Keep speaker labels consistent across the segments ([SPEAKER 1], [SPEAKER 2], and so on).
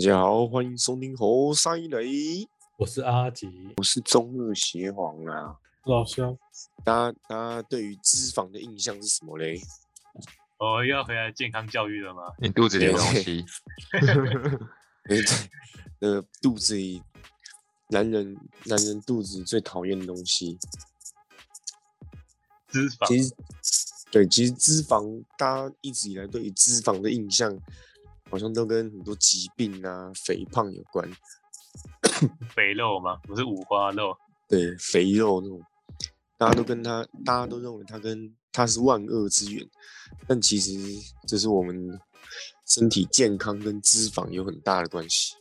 [SPEAKER 1] 家好，欢迎收听猴塞雷，
[SPEAKER 2] 我是阿吉，
[SPEAKER 1] 我是中日协皇啊。
[SPEAKER 3] 老乡，
[SPEAKER 1] 大家大家对于脂肪的印象是什么嘞？
[SPEAKER 3] 我哦又要回来健康教育了吗？
[SPEAKER 4] 你肚子里的东西，
[SPEAKER 1] 因为这那个肚子里，男人男人肚子最讨厌的东西，
[SPEAKER 3] 脂肪
[SPEAKER 1] 其实对，其实脂肪，大家一直以来对于脂肪的印象，好像都跟很多疾病啊、肥胖有关。
[SPEAKER 3] 肥肉吗？不是五花肉，
[SPEAKER 1] 对，肥肉那种，大家都跟他，大家都认为他跟他是万恶之源，但其实这是我们身体健康跟脂肪有很大的关系。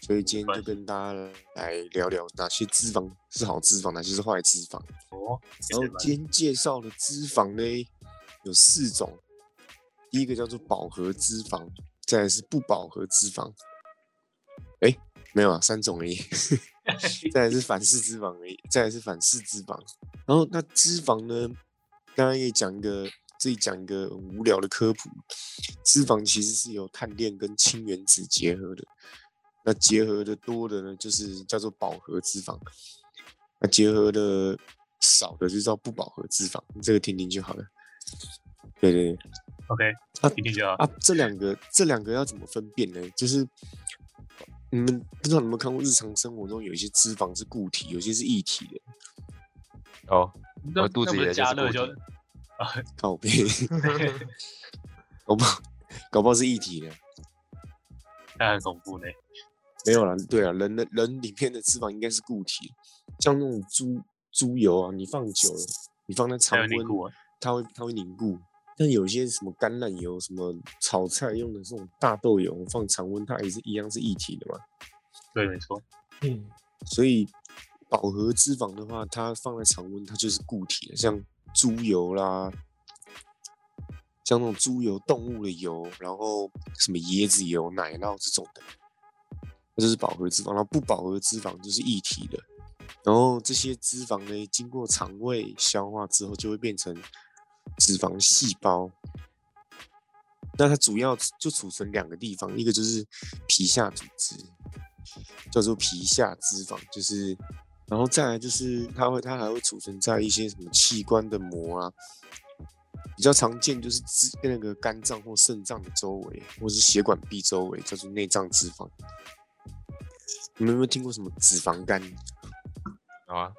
[SPEAKER 1] 所以今天就跟大家来聊聊哪些脂肪是好脂肪，哪些是坏脂肪。
[SPEAKER 3] 哦，
[SPEAKER 1] 然后今天介绍的脂肪呢，有四种，第一个叫做饱和脂肪，再来是不饱和脂肪。哎，没有啊，三种而已。 再来是反式脂肪而已，再来是反式脂肪。然后那脂肪呢，当然也讲一个，自己讲一个很无聊的科普，脂肪其实是由碳链跟氢原子结合的。那结合的多的呢，就是叫做饱和脂肪；那结合的少的就叫不饱和脂肪。这个听听就好了。对对对，
[SPEAKER 3] OK，
[SPEAKER 1] 啊
[SPEAKER 3] 一定就好。
[SPEAKER 1] 啊，这两个这两个要怎么分辨呢？就是你们不知道你们有没有看过日常生活中有一些脂肪是固体，有些是液体的，
[SPEAKER 4] 哦，
[SPEAKER 3] 那
[SPEAKER 4] 我肚子
[SPEAKER 3] 那
[SPEAKER 4] 里
[SPEAKER 3] 不
[SPEAKER 4] 的
[SPEAKER 3] 是
[SPEAKER 4] 就
[SPEAKER 3] 加
[SPEAKER 4] 是
[SPEAKER 3] 热
[SPEAKER 4] 固
[SPEAKER 3] 就
[SPEAKER 4] 体
[SPEAKER 1] 靠背，搞不好搞不好是液体的，
[SPEAKER 3] 那很恐怖呢。
[SPEAKER 1] 没有啦，对啊，人的人里面的脂肪应该是固体，像那种猪猪油啊，你放久了，你放在常
[SPEAKER 3] 还有凝
[SPEAKER 1] 温，
[SPEAKER 3] 固啊，
[SPEAKER 1] 它会它会凝固。但有些什么橄榄油、什么炒菜用的这种大豆油，放常温它也是一样是液体的嘛。
[SPEAKER 3] 对，没错。
[SPEAKER 2] 嗯，
[SPEAKER 1] 所以饱和脂肪的话，它放在常温它就是固体的，像猪油啦，像那种猪油、动物的油，然后什么椰子油、奶酪这种的，那就是饱和脂肪。然后不饱和脂肪就是液体的。然后这些脂肪呢，经过肠胃消化之后，就会变成脂肪细胞。那它主要就储存两个地方，一个就是皮下组织，叫做皮下脂肪，就是，然后再来就是它会它还会储存在一些什么器官的膜啊，比较常见就是脂那个肝脏或肾脏的周围，或是血管壁周围，叫做内脏脂肪。你们有没有听过什么脂肪肝？
[SPEAKER 4] 哦好啊，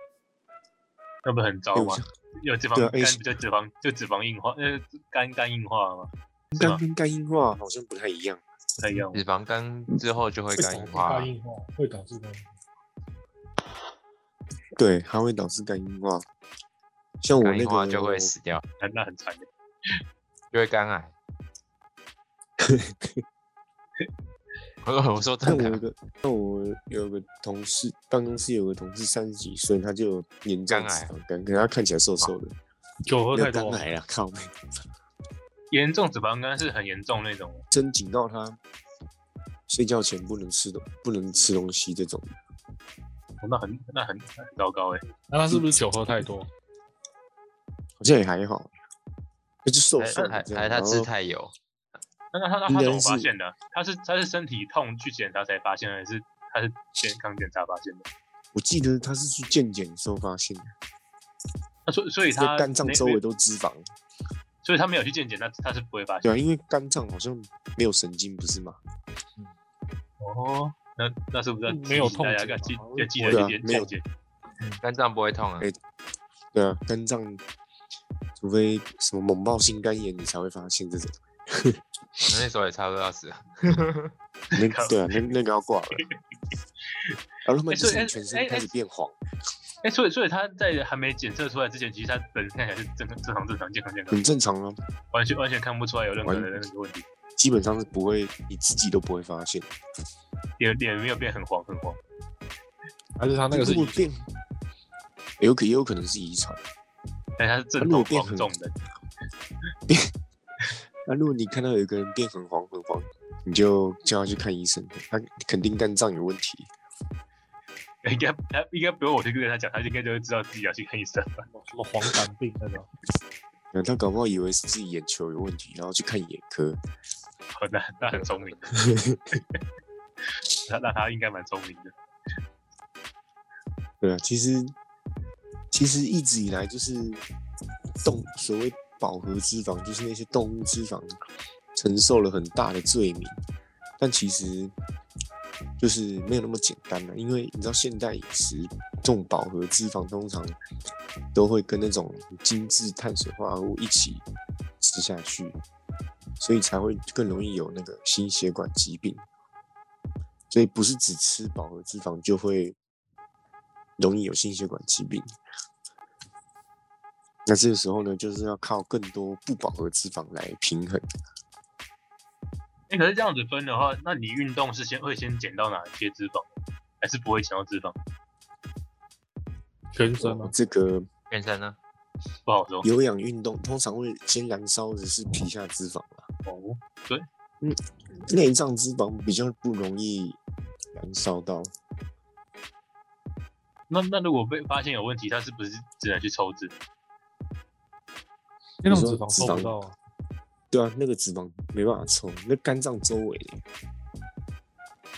[SPEAKER 3] 那不是很糟
[SPEAKER 1] 哎我
[SPEAKER 3] 吗
[SPEAKER 1] 想？
[SPEAKER 3] 有脂肪
[SPEAKER 1] 对啊哎
[SPEAKER 3] 肝
[SPEAKER 1] 是
[SPEAKER 3] 不就脂肪就脂肪硬化，呃，肝肝硬化吗？是
[SPEAKER 1] 肝
[SPEAKER 3] 吗
[SPEAKER 1] 跟肝硬化好像不太一样。
[SPEAKER 3] 不太一
[SPEAKER 1] 嗯
[SPEAKER 3] 样吗。
[SPEAKER 4] 脂肪肝之后就会肝硬化
[SPEAKER 2] 大，硬化会导致肝硬化，
[SPEAKER 1] 对，它会导致肝硬化。像我
[SPEAKER 4] 肝
[SPEAKER 1] 哦那
[SPEAKER 4] 硬化
[SPEAKER 1] 个
[SPEAKER 4] 就会死掉，
[SPEAKER 3] 那那很惨的。
[SPEAKER 4] 就会肝癌。 我我说
[SPEAKER 1] 但
[SPEAKER 4] 真
[SPEAKER 1] 我有
[SPEAKER 4] 的，啊
[SPEAKER 1] 个，但我有个同事，办公室有个同事三十几岁，他就有严重
[SPEAKER 4] 肝
[SPEAKER 1] 脂
[SPEAKER 4] 癌哦
[SPEAKER 1] 肪肝，可是他看起来瘦瘦的，
[SPEAKER 2] 酒喝
[SPEAKER 1] 没
[SPEAKER 2] 太
[SPEAKER 1] 有肝啊
[SPEAKER 2] 多，
[SPEAKER 1] 癌啦，靠背，
[SPEAKER 3] 严重脂肪肝是很严重那种，
[SPEAKER 1] 真警告他，睡觉前不能吃东，不能吃东西这种。
[SPEAKER 3] 哦那很那很很糟糕哎。
[SPEAKER 2] 那他是不是酒喝太多？
[SPEAKER 1] 好像也还好，那就瘦
[SPEAKER 4] 还
[SPEAKER 1] 瘦的
[SPEAKER 4] 还
[SPEAKER 1] 这样。哦
[SPEAKER 4] 还哎他
[SPEAKER 1] 然
[SPEAKER 4] 吃
[SPEAKER 1] 后
[SPEAKER 4] 太油，
[SPEAKER 3] 那那他那
[SPEAKER 1] 应
[SPEAKER 3] 他
[SPEAKER 1] 该
[SPEAKER 3] 怎么发
[SPEAKER 1] 是
[SPEAKER 3] 现的？他是他是身体痛去检查才发现的，还是他是健康检查发现的？
[SPEAKER 1] 我记得他是去健检的时候发现的，
[SPEAKER 3] 那所以所以
[SPEAKER 1] 在
[SPEAKER 3] 他
[SPEAKER 1] 肝脏
[SPEAKER 3] 没
[SPEAKER 1] 周
[SPEAKER 3] 没
[SPEAKER 1] 围都脂肪，
[SPEAKER 3] 所以他没有去健检，那他是不会发
[SPEAKER 1] 对
[SPEAKER 3] 现。
[SPEAKER 1] 啊，因为肝脏好像没有神经，不是吗？
[SPEAKER 3] 哦，那那是不是要
[SPEAKER 2] 嗯没有
[SPEAKER 3] 提醒大
[SPEAKER 2] 痛
[SPEAKER 3] 家要
[SPEAKER 2] 觉嘛
[SPEAKER 3] 记
[SPEAKER 2] 好像
[SPEAKER 3] 要记得
[SPEAKER 1] 对啊
[SPEAKER 3] 去健
[SPEAKER 1] 没有
[SPEAKER 3] 健检？
[SPEAKER 4] 肝脏不会痛啊
[SPEAKER 1] 哎。对啊，肝脏，除非什么猛暴性肝炎，你才会发现这种。
[SPEAKER 4] 我那时候也差不多要死了，
[SPEAKER 1] 那
[SPEAKER 3] 靠
[SPEAKER 1] 对啊，那那个要 挂了。然后他们
[SPEAKER 3] 哎
[SPEAKER 1] 就
[SPEAKER 3] 所以
[SPEAKER 1] 是
[SPEAKER 3] 哎
[SPEAKER 1] 全
[SPEAKER 3] 哎
[SPEAKER 1] 身开始
[SPEAKER 3] 哎
[SPEAKER 1] 变黄，
[SPEAKER 3] 哎、所以所以他在还没检测出来之前，其实他本身看起来是正常正常正常健康健康，
[SPEAKER 1] 很正常啊，
[SPEAKER 3] 完全完全看不出来有任何
[SPEAKER 1] 完
[SPEAKER 3] 的那个问题，
[SPEAKER 1] 基本上是不会，你自己都不会发现。
[SPEAKER 3] 脸脸没有变很黄很黄。
[SPEAKER 2] 还是他那个是
[SPEAKER 1] 如果
[SPEAKER 2] 遗传？
[SPEAKER 1] 变，有可也有可能是遗传。
[SPEAKER 3] 但他是正
[SPEAKER 1] 如果
[SPEAKER 3] 统
[SPEAKER 1] 变
[SPEAKER 3] 黄
[SPEAKER 1] 很
[SPEAKER 3] 种人，
[SPEAKER 1] 那如果你看到有一个人变很黄很黄，你就叫他去看医生，他肯定肝脏有问题。
[SPEAKER 3] 应该他应该不用我去跟他讲，他应该就会知道自己要去看医生吧。
[SPEAKER 2] 什么黄疸病那种？
[SPEAKER 1] 嗯，他搞不好以为是自己眼球有问题，然后去看眼科。
[SPEAKER 3] 好那那很聪明。 那那他应该蛮聪明的。
[SPEAKER 1] 对啊，其实其实一直以来就是动所谓饱和脂肪，就是那些动物脂肪承受了很大的罪名，但其实就是没有那么简单啊了、因为你知道现代饮食这种饱和脂肪通常都会跟那种精致碳水化合物一起吃下去，所以才会更容易有那个心血管疾病。所以不是只吃饱和脂肪就会容易有心血管疾病。那这个时候呢，就是要靠更多不饱和脂肪来平衡。
[SPEAKER 3] 哎、可是这样子分的话，那你运动是先会先减到哪些脂肪，还是不会减到脂肪？
[SPEAKER 2] 全身啊，
[SPEAKER 1] 这个
[SPEAKER 4] 变身呢？
[SPEAKER 3] 不好说。
[SPEAKER 1] 有氧运动通常会先燃烧的是皮下脂肪嘛，
[SPEAKER 3] 哦，
[SPEAKER 1] 内脏脂肪比较不容易燃烧到。
[SPEAKER 3] 那那如果被发现有问题，他是不是只能去抽脂？
[SPEAKER 2] 那种
[SPEAKER 1] 你说
[SPEAKER 2] 脂肪
[SPEAKER 1] 脂
[SPEAKER 2] 抽不
[SPEAKER 1] 肪
[SPEAKER 2] 到啊。
[SPEAKER 1] 对啊，那个脂肪没办法抽，那肝脏周围的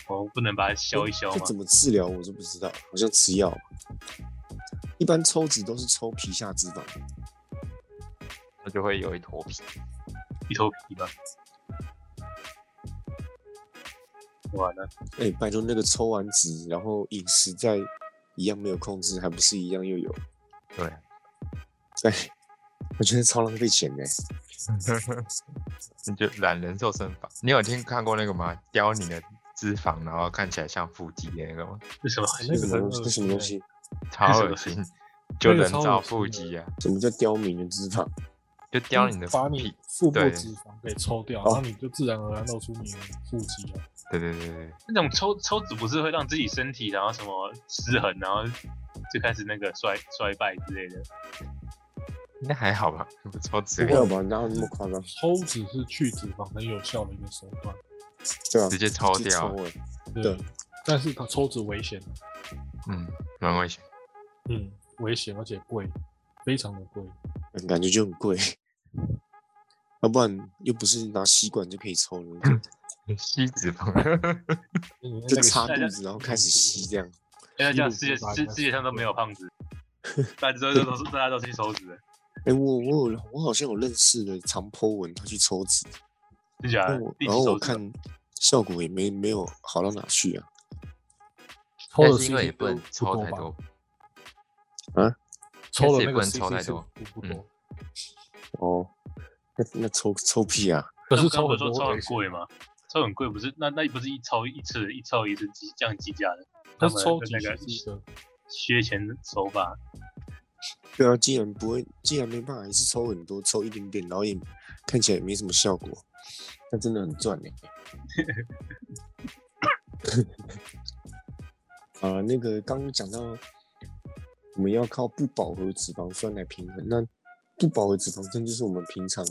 [SPEAKER 3] 哦，不能把它消一消
[SPEAKER 1] 这
[SPEAKER 3] 吗？
[SPEAKER 1] 怎么治疗我就不知道，好像吃药吧。一般抽脂都是抽皮下脂肪，
[SPEAKER 4] 那就会有一坨皮。
[SPEAKER 3] 一头皮吧。完了，
[SPEAKER 1] 哎、拜托那个抽完脂，然后饮食再一样没有控制，还不是一样又有？
[SPEAKER 4] 对，啊
[SPEAKER 1] 对，我觉得超浪费钱的、
[SPEAKER 4] 你就懒人瘦身法。你有听看过那个吗？雕你的脂肪，然后看起来像腹肌的那个吗？
[SPEAKER 3] 这什么？
[SPEAKER 1] 那什么东西？
[SPEAKER 2] 那个很恶心
[SPEAKER 1] 那什么东西？
[SPEAKER 4] 超
[SPEAKER 3] 什
[SPEAKER 4] 恶
[SPEAKER 3] 么
[SPEAKER 4] 心，就
[SPEAKER 2] 那个
[SPEAKER 4] 人
[SPEAKER 2] 超恶
[SPEAKER 4] 造
[SPEAKER 2] 心
[SPEAKER 4] 腹
[SPEAKER 2] 的
[SPEAKER 4] 肌啊，
[SPEAKER 1] 什么叫刁民的脂肪？
[SPEAKER 4] 就雕你的
[SPEAKER 2] 把
[SPEAKER 4] 屁
[SPEAKER 2] 你腹部
[SPEAKER 4] 对
[SPEAKER 2] 脂肪给抽掉，
[SPEAKER 1] 哦
[SPEAKER 2] 然后你就自然而然露出你的腹肌啊。
[SPEAKER 4] 对对对对，
[SPEAKER 3] 那种抽抽脂不是会让自己身体然后什么失衡，然后就开始那个衰衰败之类的。
[SPEAKER 4] 应该还好吧？不抽脂
[SPEAKER 1] 不
[SPEAKER 4] 而
[SPEAKER 1] 会
[SPEAKER 4] 已，
[SPEAKER 1] 吧？哪有那么夸张？
[SPEAKER 2] 抽脂是去脂肪很有效的一个手段，
[SPEAKER 1] 对啊，
[SPEAKER 4] 直接抽
[SPEAKER 1] 直接
[SPEAKER 4] 掉
[SPEAKER 1] 抽，哎、
[SPEAKER 2] 对
[SPEAKER 1] 对。
[SPEAKER 2] 但是它抽脂危险啊，
[SPEAKER 4] 嗯，蛮危险。
[SPEAKER 2] 嗯，危险而且贵，非常的贵。
[SPEAKER 1] 嗯感觉就很贵。要不然又不是拿吸管就可以抽了，
[SPEAKER 4] 吸脂肪，
[SPEAKER 2] 因为那
[SPEAKER 1] 就
[SPEAKER 2] 个
[SPEAKER 1] 插
[SPEAKER 3] 大
[SPEAKER 1] 肚
[SPEAKER 3] 家
[SPEAKER 1] 子然后开始吸这样。
[SPEAKER 3] 现在这样
[SPEAKER 2] 吸
[SPEAKER 3] 世界
[SPEAKER 2] 毒不是
[SPEAKER 3] 世
[SPEAKER 2] 吧
[SPEAKER 3] 世界上都没有 胖子，大家都都是大家都去抽脂的，
[SPEAKER 1] 哎、我我有我好像有认识的常 po 文，他去抽脂，
[SPEAKER 3] 真假的
[SPEAKER 1] 然后我？
[SPEAKER 3] 一
[SPEAKER 1] 然
[SPEAKER 3] 起
[SPEAKER 1] 后我
[SPEAKER 3] 啊抽脂吧。
[SPEAKER 1] 看效果也没没有好到哪去啊。
[SPEAKER 2] 抽
[SPEAKER 4] 但
[SPEAKER 2] 的
[SPEAKER 4] 是因为也不能
[SPEAKER 2] CC
[SPEAKER 4] 抽
[SPEAKER 2] 够
[SPEAKER 4] 太
[SPEAKER 2] 吧，
[SPEAKER 4] 多，
[SPEAKER 2] 抽的
[SPEAKER 4] 也
[SPEAKER 2] 那
[SPEAKER 4] 不
[SPEAKER 2] 个
[SPEAKER 4] 能抽
[SPEAKER 2] CC
[SPEAKER 4] 太
[SPEAKER 2] 是
[SPEAKER 4] 多
[SPEAKER 2] 不
[SPEAKER 4] 嗯
[SPEAKER 2] 多，
[SPEAKER 1] 哦，那那抽抽屁啊！
[SPEAKER 2] 可是
[SPEAKER 3] 刚刚
[SPEAKER 2] 抽
[SPEAKER 3] 不
[SPEAKER 2] 很
[SPEAKER 3] 是说
[SPEAKER 2] 多
[SPEAKER 3] 抽
[SPEAKER 2] 危
[SPEAKER 3] 很
[SPEAKER 2] 险
[SPEAKER 3] 贵？吗？抽很贵不是？那那不是一抽一次，一抽一次计这样计价的？
[SPEAKER 2] 它
[SPEAKER 3] 他
[SPEAKER 2] 是
[SPEAKER 3] 们
[SPEAKER 2] 抽
[SPEAKER 3] 的
[SPEAKER 2] 几
[SPEAKER 3] 那个
[SPEAKER 2] 十次的，
[SPEAKER 3] 削钱手法，
[SPEAKER 1] 对啊，既然不会，既然没办法一次抽很多，抽一点点，然后也看起来也没什么效果，那真的很赚呢、欸。啊，那个刚刚讲到，我们要靠不饱和脂肪酸来平衡。那不饱和脂肪酸就是我们平常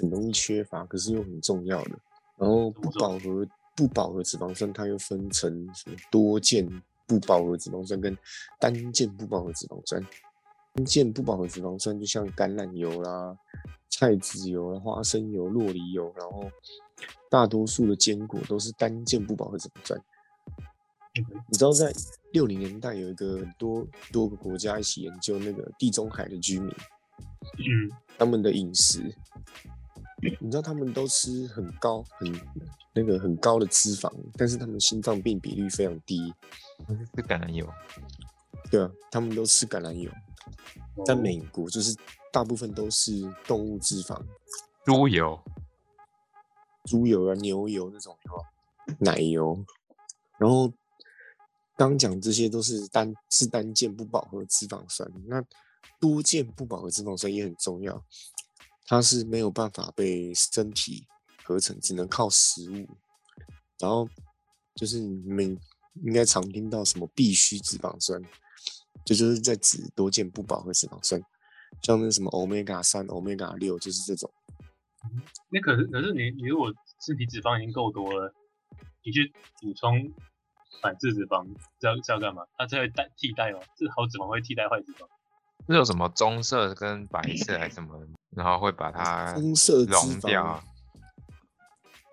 [SPEAKER 1] 很容易缺乏，可是又很重要的。然后不饱和不饱和脂肪酸，它又分成什么多键不饱和脂肪酸跟单键不饱和脂肪酸。单键不饱和脂肪酸就像橄榄油啦、菜籽油啦、花生油、洛梨油，然后大多数的坚果都是单键不饱和脂肪酸。
[SPEAKER 3] 嗯
[SPEAKER 1] 你知道在六零年代有一个很多多个国家一起研究那个地中海的居民，
[SPEAKER 3] 嗯，
[SPEAKER 1] 他们的饮食，你知道他们都吃很高很那个很高的脂肪，但是他们心脏病比率非常低。
[SPEAKER 4] 是橄榄油，
[SPEAKER 1] 对啊，他们都吃橄榄油，在美国就是大部分都是动物脂肪，
[SPEAKER 4] 猪油，
[SPEAKER 1] 猪油啊、牛油那种有没有奶油，然后刚讲这些都是单是单键不饱和脂肪酸，那多键不饱和脂肪酸也很重要，它是没有办法被身体合成，只能靠食物。然后就是你们应该常听到什么必需脂肪酸，这就是在指多键不饱和脂肪酸，像那什么 omega 三、omega 六，就是这种。
[SPEAKER 3] 那可是可是你你如果身体脂肪已经够多了，你去补充反式脂肪是要是要干嘛？它是会代替代吗？是好脂肪会替代坏脂肪？
[SPEAKER 4] 是有什么棕色跟白色还是什么的，然后会把它
[SPEAKER 1] 棕色脂
[SPEAKER 4] 嗯溶
[SPEAKER 1] 肪
[SPEAKER 4] 掉
[SPEAKER 1] 啊
[SPEAKER 4] 啊，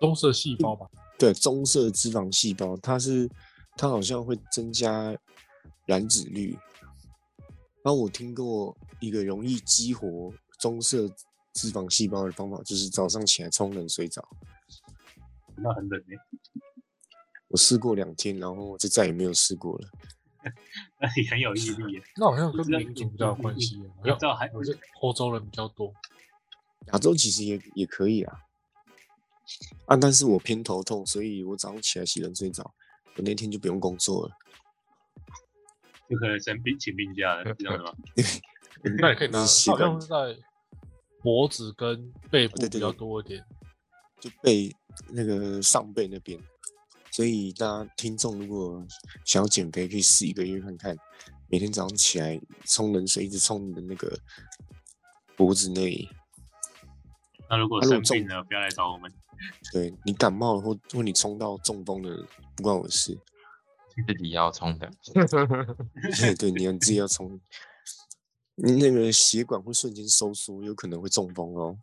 [SPEAKER 2] 棕色细胞吧，
[SPEAKER 1] 对棕色脂肪细胞，它是它好像会增加燃脂率。然后我听过一个容易激活棕色脂肪细胞的方法，就是早上起来冲冷水澡。
[SPEAKER 3] 那很冷诶、
[SPEAKER 1] 我试过两天，然后就再也没有试过了。
[SPEAKER 3] 那也很有毅力耶、
[SPEAKER 2] 那好像跟民族比较有关系耶，好
[SPEAKER 3] 我
[SPEAKER 2] 像
[SPEAKER 3] 知道还
[SPEAKER 2] 我是欧洲人比较多，
[SPEAKER 1] 亚洲其实也也可以啊，啊，但是我偏头痛，所以我早上起来洗冷水澡，我那天就不用工作了。
[SPEAKER 3] 就可能生病请病假了，这样的吗？
[SPEAKER 2] 那也可以拿，
[SPEAKER 1] 那是习
[SPEAKER 2] 好
[SPEAKER 1] 惯
[SPEAKER 2] 像是在脖子跟背部
[SPEAKER 1] 对对
[SPEAKER 2] 比
[SPEAKER 1] 对
[SPEAKER 2] 较多一点。
[SPEAKER 1] 就背那个上背那边。所以大家听众如果想要减肥，可以试一个月看看，每天早上起来冲冷水，一直冲你的那个脖子那里。
[SPEAKER 3] 那如果
[SPEAKER 1] 那如
[SPEAKER 3] 生
[SPEAKER 1] 果
[SPEAKER 3] 病
[SPEAKER 1] 中
[SPEAKER 3] 了，不要来找我们。
[SPEAKER 1] 对你感冒了或或你冲到中风了，不关我的事。
[SPEAKER 4] 自己要冲的。
[SPEAKER 1] 对，你要自己要冲，你那个血管会瞬间收缩，有可能会中风哦。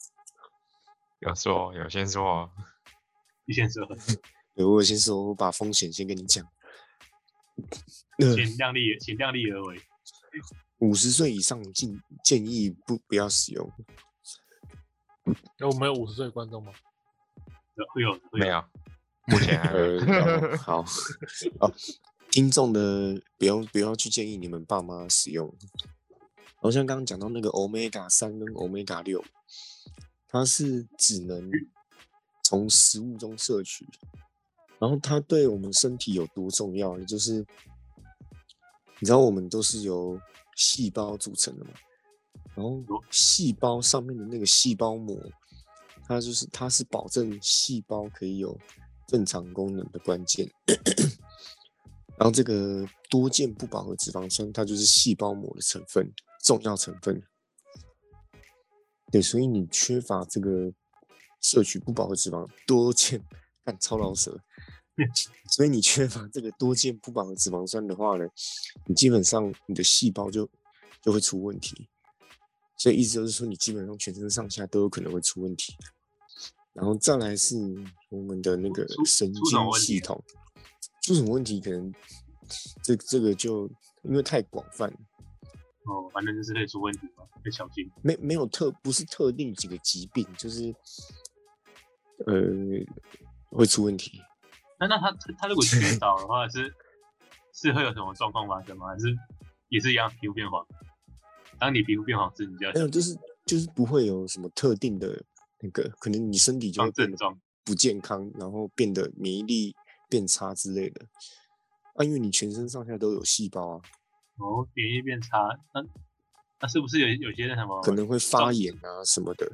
[SPEAKER 4] 有说有先说哦，
[SPEAKER 3] 你先 说，
[SPEAKER 1] 对，我有些时候我把风险先跟你讲。呃
[SPEAKER 3] 请量力，请量力而为。
[SPEAKER 1] 五十岁以上建建议不不要使用，
[SPEAKER 2] 哎，我们有五十岁的观众吗？
[SPEAKER 3] 会有会
[SPEAKER 4] 没有，目前还没有。
[SPEAKER 1] 呃，好哦，听众的不要不要去建议你们爸妈使用。好像刚刚讲到那个 omega 三跟 omega 六，它是只能从食物中摄取，然后它对我们身体有多重要，也就是你知道我们都是由细胞组成的嘛，然后细胞上面的那个细胞膜，它就是它是保证细胞可以有正常功能的关键。然后这个多键不饱和脂肪酸，它就是细胞膜的成分，重要成分。对，所以你缺乏这个摄取不饱和脂肪多键，干超老舌。
[SPEAKER 3] 嗯
[SPEAKER 1] 所以你缺乏这个多键不饱和脂肪酸的话呢，你基本上你的细胞就就会出问题。所以意思就是说，你基本上全身上下都有可能会出问题。然后再来是我们的那个
[SPEAKER 3] 出
[SPEAKER 1] 神
[SPEAKER 3] 出什么
[SPEAKER 1] 经
[SPEAKER 3] 问题
[SPEAKER 1] 系
[SPEAKER 3] 啊
[SPEAKER 1] 统，出什么问题？可能这这个就因为太广泛了，
[SPEAKER 3] 哦，反正就是会出问题嘛，要小心。
[SPEAKER 1] 没没有特不是特定几个疾病，就是呃会出问题。
[SPEAKER 3] 那那他他他如果缺少的话，是是会有什么状况发生吗？还是也是一样皮肤变黄？当你皮肤变黄时，你就要
[SPEAKER 1] 还有就是就是不会有什么特定的那个，可能你身体就会
[SPEAKER 3] 上
[SPEAKER 1] 变
[SPEAKER 3] 症
[SPEAKER 1] 得
[SPEAKER 3] 状。
[SPEAKER 1] 不健康，然后变得免疫力变差之类的。啊，因为你全身上下都有细胞啊，
[SPEAKER 3] 哦，免疫力变差，那那是不是有有些人什么，
[SPEAKER 1] 可能会发炎啊什么的。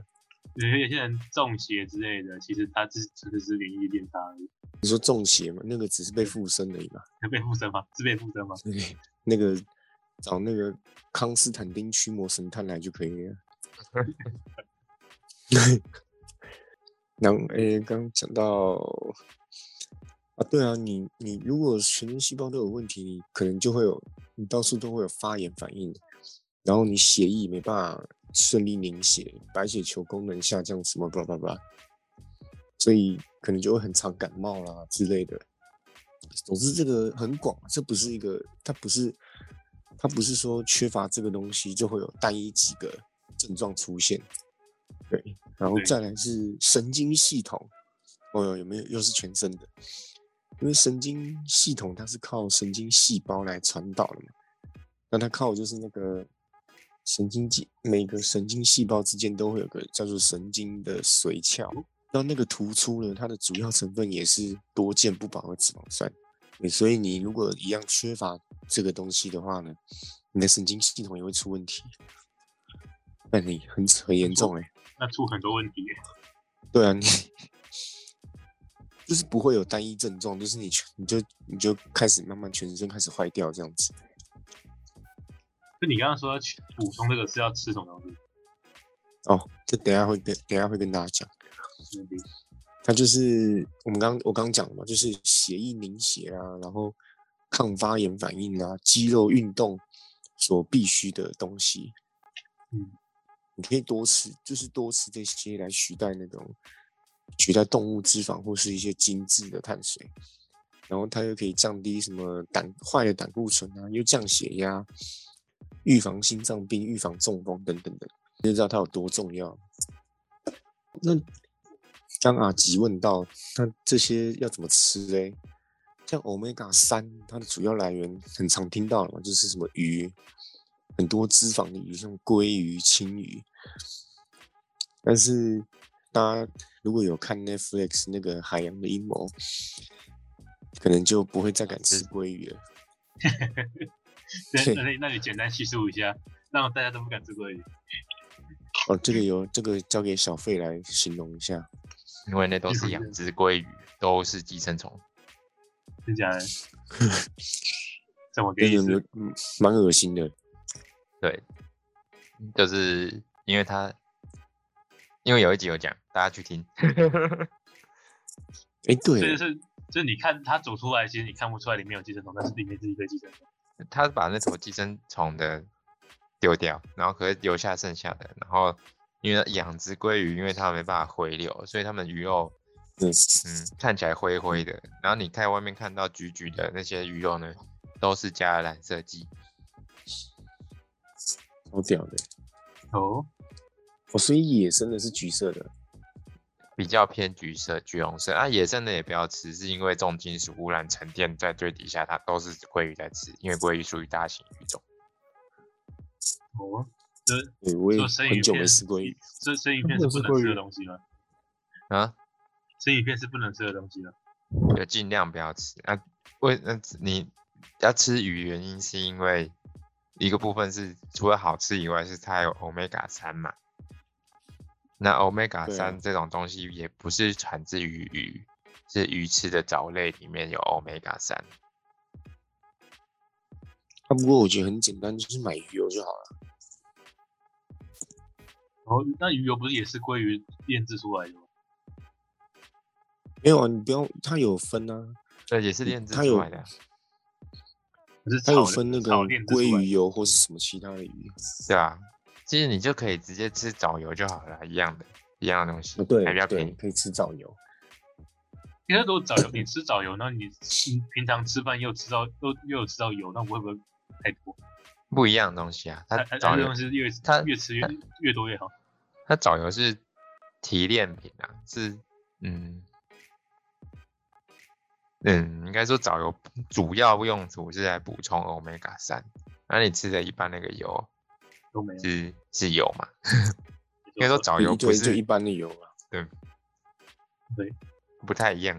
[SPEAKER 3] 有有些人中邪之类的，其实他只只是只是免疫力变差而已，
[SPEAKER 1] 你说中邪嘛，那个只是被附身而已嘛。
[SPEAKER 3] 被附身吗？是被附身吗？
[SPEAKER 1] 那个找那个康斯坦丁驱魔神探来就可以了。然后，诶、刚刚讲到啊，对啊，你你如果全身细胞都有问题，你可能就会有，你到处都会有发炎反应，然后你血液没办法顺利凝血，白血球功能下降，什么巴拉巴拉，所以可能就会很常感冒啦之类的。总之，这个很广，啊这不是一个，它不是，它不是说缺乏这个东西就会有单一几个症状出现。对，然后
[SPEAKER 3] 对
[SPEAKER 1] 再来是神经系统，哦哟，有没有又是全身的？因为神经系统它是靠神经细胞来传导的嘛，那它靠的就是那个神经肌，每个神经细胞之间都会有个叫做神经的髓鞘。那那个突出呢，它的主要成分也是多键不饱和脂肪酸，对所以你如果一样缺乏这个东西的话呢，你的神经系统也会出问题。那你很很严重哎、
[SPEAKER 3] 那出很多问题耶。
[SPEAKER 1] 对啊，你就是不会有单一症状，就是你全你就你就开始慢慢全身开始坏掉这样子。
[SPEAKER 3] 就你刚刚说要去补充这个是要吃什么东西？
[SPEAKER 1] 哦，这等一下会跟等一下会跟大家讲，
[SPEAKER 3] 吃东西
[SPEAKER 1] 它就是我们刚我刚讲的嘛，就是血液凝血啊，然后抗发炎反应啊，肌肉运动所必须的东西。
[SPEAKER 3] 嗯，
[SPEAKER 1] 你可以多吃，就是多吃这些来取代那种取代动物脂肪或是一些精致的碳水，然后它又可以降低什么胆坏的胆固醇啊，又降血压，预防心脏病、预防中风等等的，你就知道它有多重要。那刚阿吉问到，那这些要怎么吃嘞？像 omega 三，它的主要来源很常听到了嘛，就是什么鱼，很多脂肪的鱼，像鲑鱼、青鱼。但是大家如果有看 Netflix 那个《海洋的阴谋》，可能就不会再敢吃鲑鱼了。
[SPEAKER 3] 那那那你简单叙述一下，让大家都不敢吃鲑鱼。
[SPEAKER 1] 哦，这个由这个交给小费来形容一下。
[SPEAKER 4] 因为那都是养殖鲑鱼，都是寄生虫。
[SPEAKER 3] 真假 的？怎么给
[SPEAKER 1] 这
[SPEAKER 3] 你
[SPEAKER 1] 个
[SPEAKER 3] 吃？
[SPEAKER 1] 蛮蛮恶心的，
[SPEAKER 4] 对，就是因为它，因为有一集有讲，大家去听。
[SPEAKER 1] 哎，
[SPEAKER 3] 这就
[SPEAKER 1] 对，
[SPEAKER 3] 是就是你看它煮出来，其实你看不出来里面有寄生虫，但是里面是一堆寄生虫。
[SPEAKER 4] 他把那头寄生虫的丢掉，然后可是留下剩下的，然后因为养殖鲑鱼，因为它没办法回流，所以它们鱼肉
[SPEAKER 1] 嗯，
[SPEAKER 4] 嗯看起来灰灰的，然后你在外面看到橘橘的那些鱼肉呢，都是加了染色剂。
[SPEAKER 1] 好屌的。
[SPEAKER 3] 哦，
[SPEAKER 1] 哦，所以野生的是橘色的，
[SPEAKER 4] 比较偏橘色、橘红色啊，野生的也不要吃，是因为重金属污染沉淀在最底下，它都是鲑鱼在吃，因为鲑鱼属于大型鱼种。
[SPEAKER 3] 哦，这
[SPEAKER 1] 对我也
[SPEAKER 3] 做生鱼
[SPEAKER 1] 很久没
[SPEAKER 3] 片
[SPEAKER 1] 吃鲑鱼。
[SPEAKER 3] 这生鱼片是不能吃的东西吗？
[SPEAKER 4] 啊，
[SPEAKER 3] 生鱼片是不能吃的东西吗？
[SPEAKER 4] 就尽量不要吃啊。为那你要吃鱼，原因是因为一个部分是除了好吃以外，是它有 omega 三嘛。那 omega
[SPEAKER 1] 对啊
[SPEAKER 4] 三这种东西也不是产自于鱼，是鱼吃的藻类里面有 omega 三。
[SPEAKER 1] 啊，不过我觉得很简单，就是买鱼油就好了。
[SPEAKER 3] 哦，那鱼油不是也是鲑鱼炼制出来的吗？
[SPEAKER 1] 没有啊，你不要，它有分啊，
[SPEAKER 4] 对，也是炼制
[SPEAKER 1] 它
[SPEAKER 4] 出
[SPEAKER 1] 有
[SPEAKER 4] 来的啊。
[SPEAKER 3] 可是
[SPEAKER 1] 它
[SPEAKER 3] 炒
[SPEAKER 1] 有分那个
[SPEAKER 3] 炒炼制出来
[SPEAKER 1] 鲑
[SPEAKER 3] 的
[SPEAKER 1] 鱼油或是什么其他的鱼。
[SPEAKER 4] 对啊，其实你就可以直接吃藻油就好了，一样的，一样的东西，
[SPEAKER 1] 啊对
[SPEAKER 4] 还比较便
[SPEAKER 1] 对，
[SPEAKER 4] 宜。
[SPEAKER 1] 可以吃藻油。
[SPEAKER 3] 你看，如果藻油，你吃藻油，那你你平常吃饭又吃到又又有吃到油，那会不会太多？
[SPEAKER 4] 不一样的东西啊，它
[SPEAKER 3] 它它
[SPEAKER 4] 藻
[SPEAKER 3] 这
[SPEAKER 4] 油
[SPEAKER 3] 东，西越
[SPEAKER 4] 它
[SPEAKER 3] 越吃越
[SPEAKER 4] 它
[SPEAKER 3] 越多越好。
[SPEAKER 4] 它藻油是提炼品啊，是嗯嗯，应该说藻油主要用途是来补充 omega 三，那你吃的一般那个油
[SPEAKER 3] 都没有。
[SPEAKER 4] 是是油嘛？应该说藻油不
[SPEAKER 1] 对，就一
[SPEAKER 4] 是
[SPEAKER 1] 般的油啊。
[SPEAKER 4] 不太一样，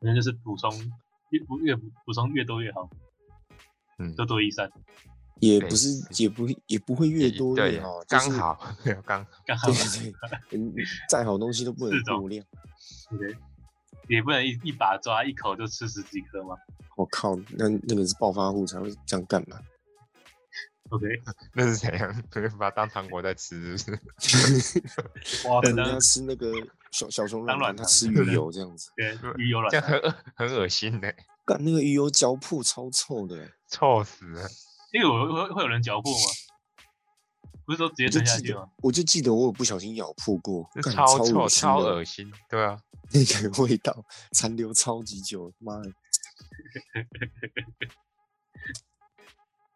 [SPEAKER 3] 反正就是补充越补越补补充越多越好，
[SPEAKER 4] 嗯，
[SPEAKER 3] 多多益善，
[SPEAKER 1] 也
[SPEAKER 4] 对
[SPEAKER 1] 不是，也不也不会越
[SPEAKER 4] 也
[SPEAKER 1] 多
[SPEAKER 4] 对
[SPEAKER 1] 越好，就
[SPEAKER 4] 刚
[SPEAKER 1] 是。
[SPEAKER 4] 好刚好
[SPEAKER 3] 刚好
[SPEAKER 1] 对对对，嗯，再好东西都不能
[SPEAKER 3] 是的
[SPEAKER 1] 过量。
[SPEAKER 3] OK，也不能一一把抓一口就吃十几颗嘛。
[SPEAKER 1] 我靠，那那个是暴发户才会这样干嘛？
[SPEAKER 3] OK，
[SPEAKER 4] 那是怎样？ 把它当糖果在吃，是不是？
[SPEAKER 2] 哇，
[SPEAKER 3] 对
[SPEAKER 1] 人
[SPEAKER 3] 当
[SPEAKER 1] 家吃那个小小熊软
[SPEAKER 3] 当
[SPEAKER 1] 糖，
[SPEAKER 3] 软
[SPEAKER 1] 他
[SPEAKER 3] 糖
[SPEAKER 1] 吃鱼油这样子，
[SPEAKER 3] 对，鱼油
[SPEAKER 4] 这
[SPEAKER 3] 软
[SPEAKER 4] 样很
[SPEAKER 3] 糖，
[SPEAKER 4] 恶很恶心的、
[SPEAKER 1] 干那个鱼油嚼破超臭的、欸。
[SPEAKER 4] 臭死了！
[SPEAKER 3] 那个我会会有人嚼破吗？不是说直接
[SPEAKER 1] 我就
[SPEAKER 3] 吞下
[SPEAKER 1] 记
[SPEAKER 3] 去
[SPEAKER 1] 得
[SPEAKER 3] 吗？，
[SPEAKER 1] 我就记得我有不小心咬破过，
[SPEAKER 4] 这
[SPEAKER 1] 干
[SPEAKER 4] 超
[SPEAKER 1] 恶
[SPEAKER 4] 臭、
[SPEAKER 1] 心
[SPEAKER 4] 超
[SPEAKER 1] 的
[SPEAKER 4] 恶心，对啊，
[SPEAKER 1] 那个味道残留超级久，妈的，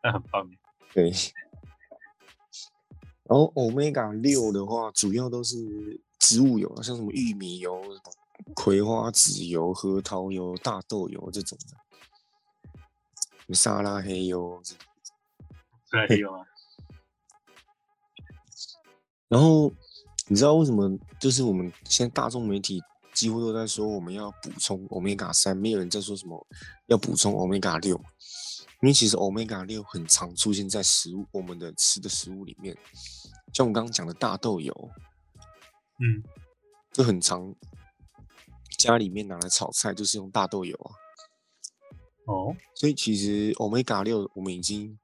[SPEAKER 3] 那很棒耶，
[SPEAKER 1] 对。然后 omega 六的话，主要都是植物油，啊像什么玉米油、什么葵花籽油、核桃油、大豆油这种的，什么沙拉黑油这种
[SPEAKER 3] 出来可以用啊。
[SPEAKER 1] 然后你知道为什么？就是我们现在大众媒体几乎都在说我们要补充 omega 三，没有人在说什么要补充 omega 六，因为其实 omega 六很常出现在食物我们的吃的食物里面，像我刚刚讲的大豆油，
[SPEAKER 3] 嗯，
[SPEAKER 1] 就很常家里面拿来炒菜就是用大豆油啊，
[SPEAKER 3] 哦，
[SPEAKER 1] 所以其实 omega 六我们已经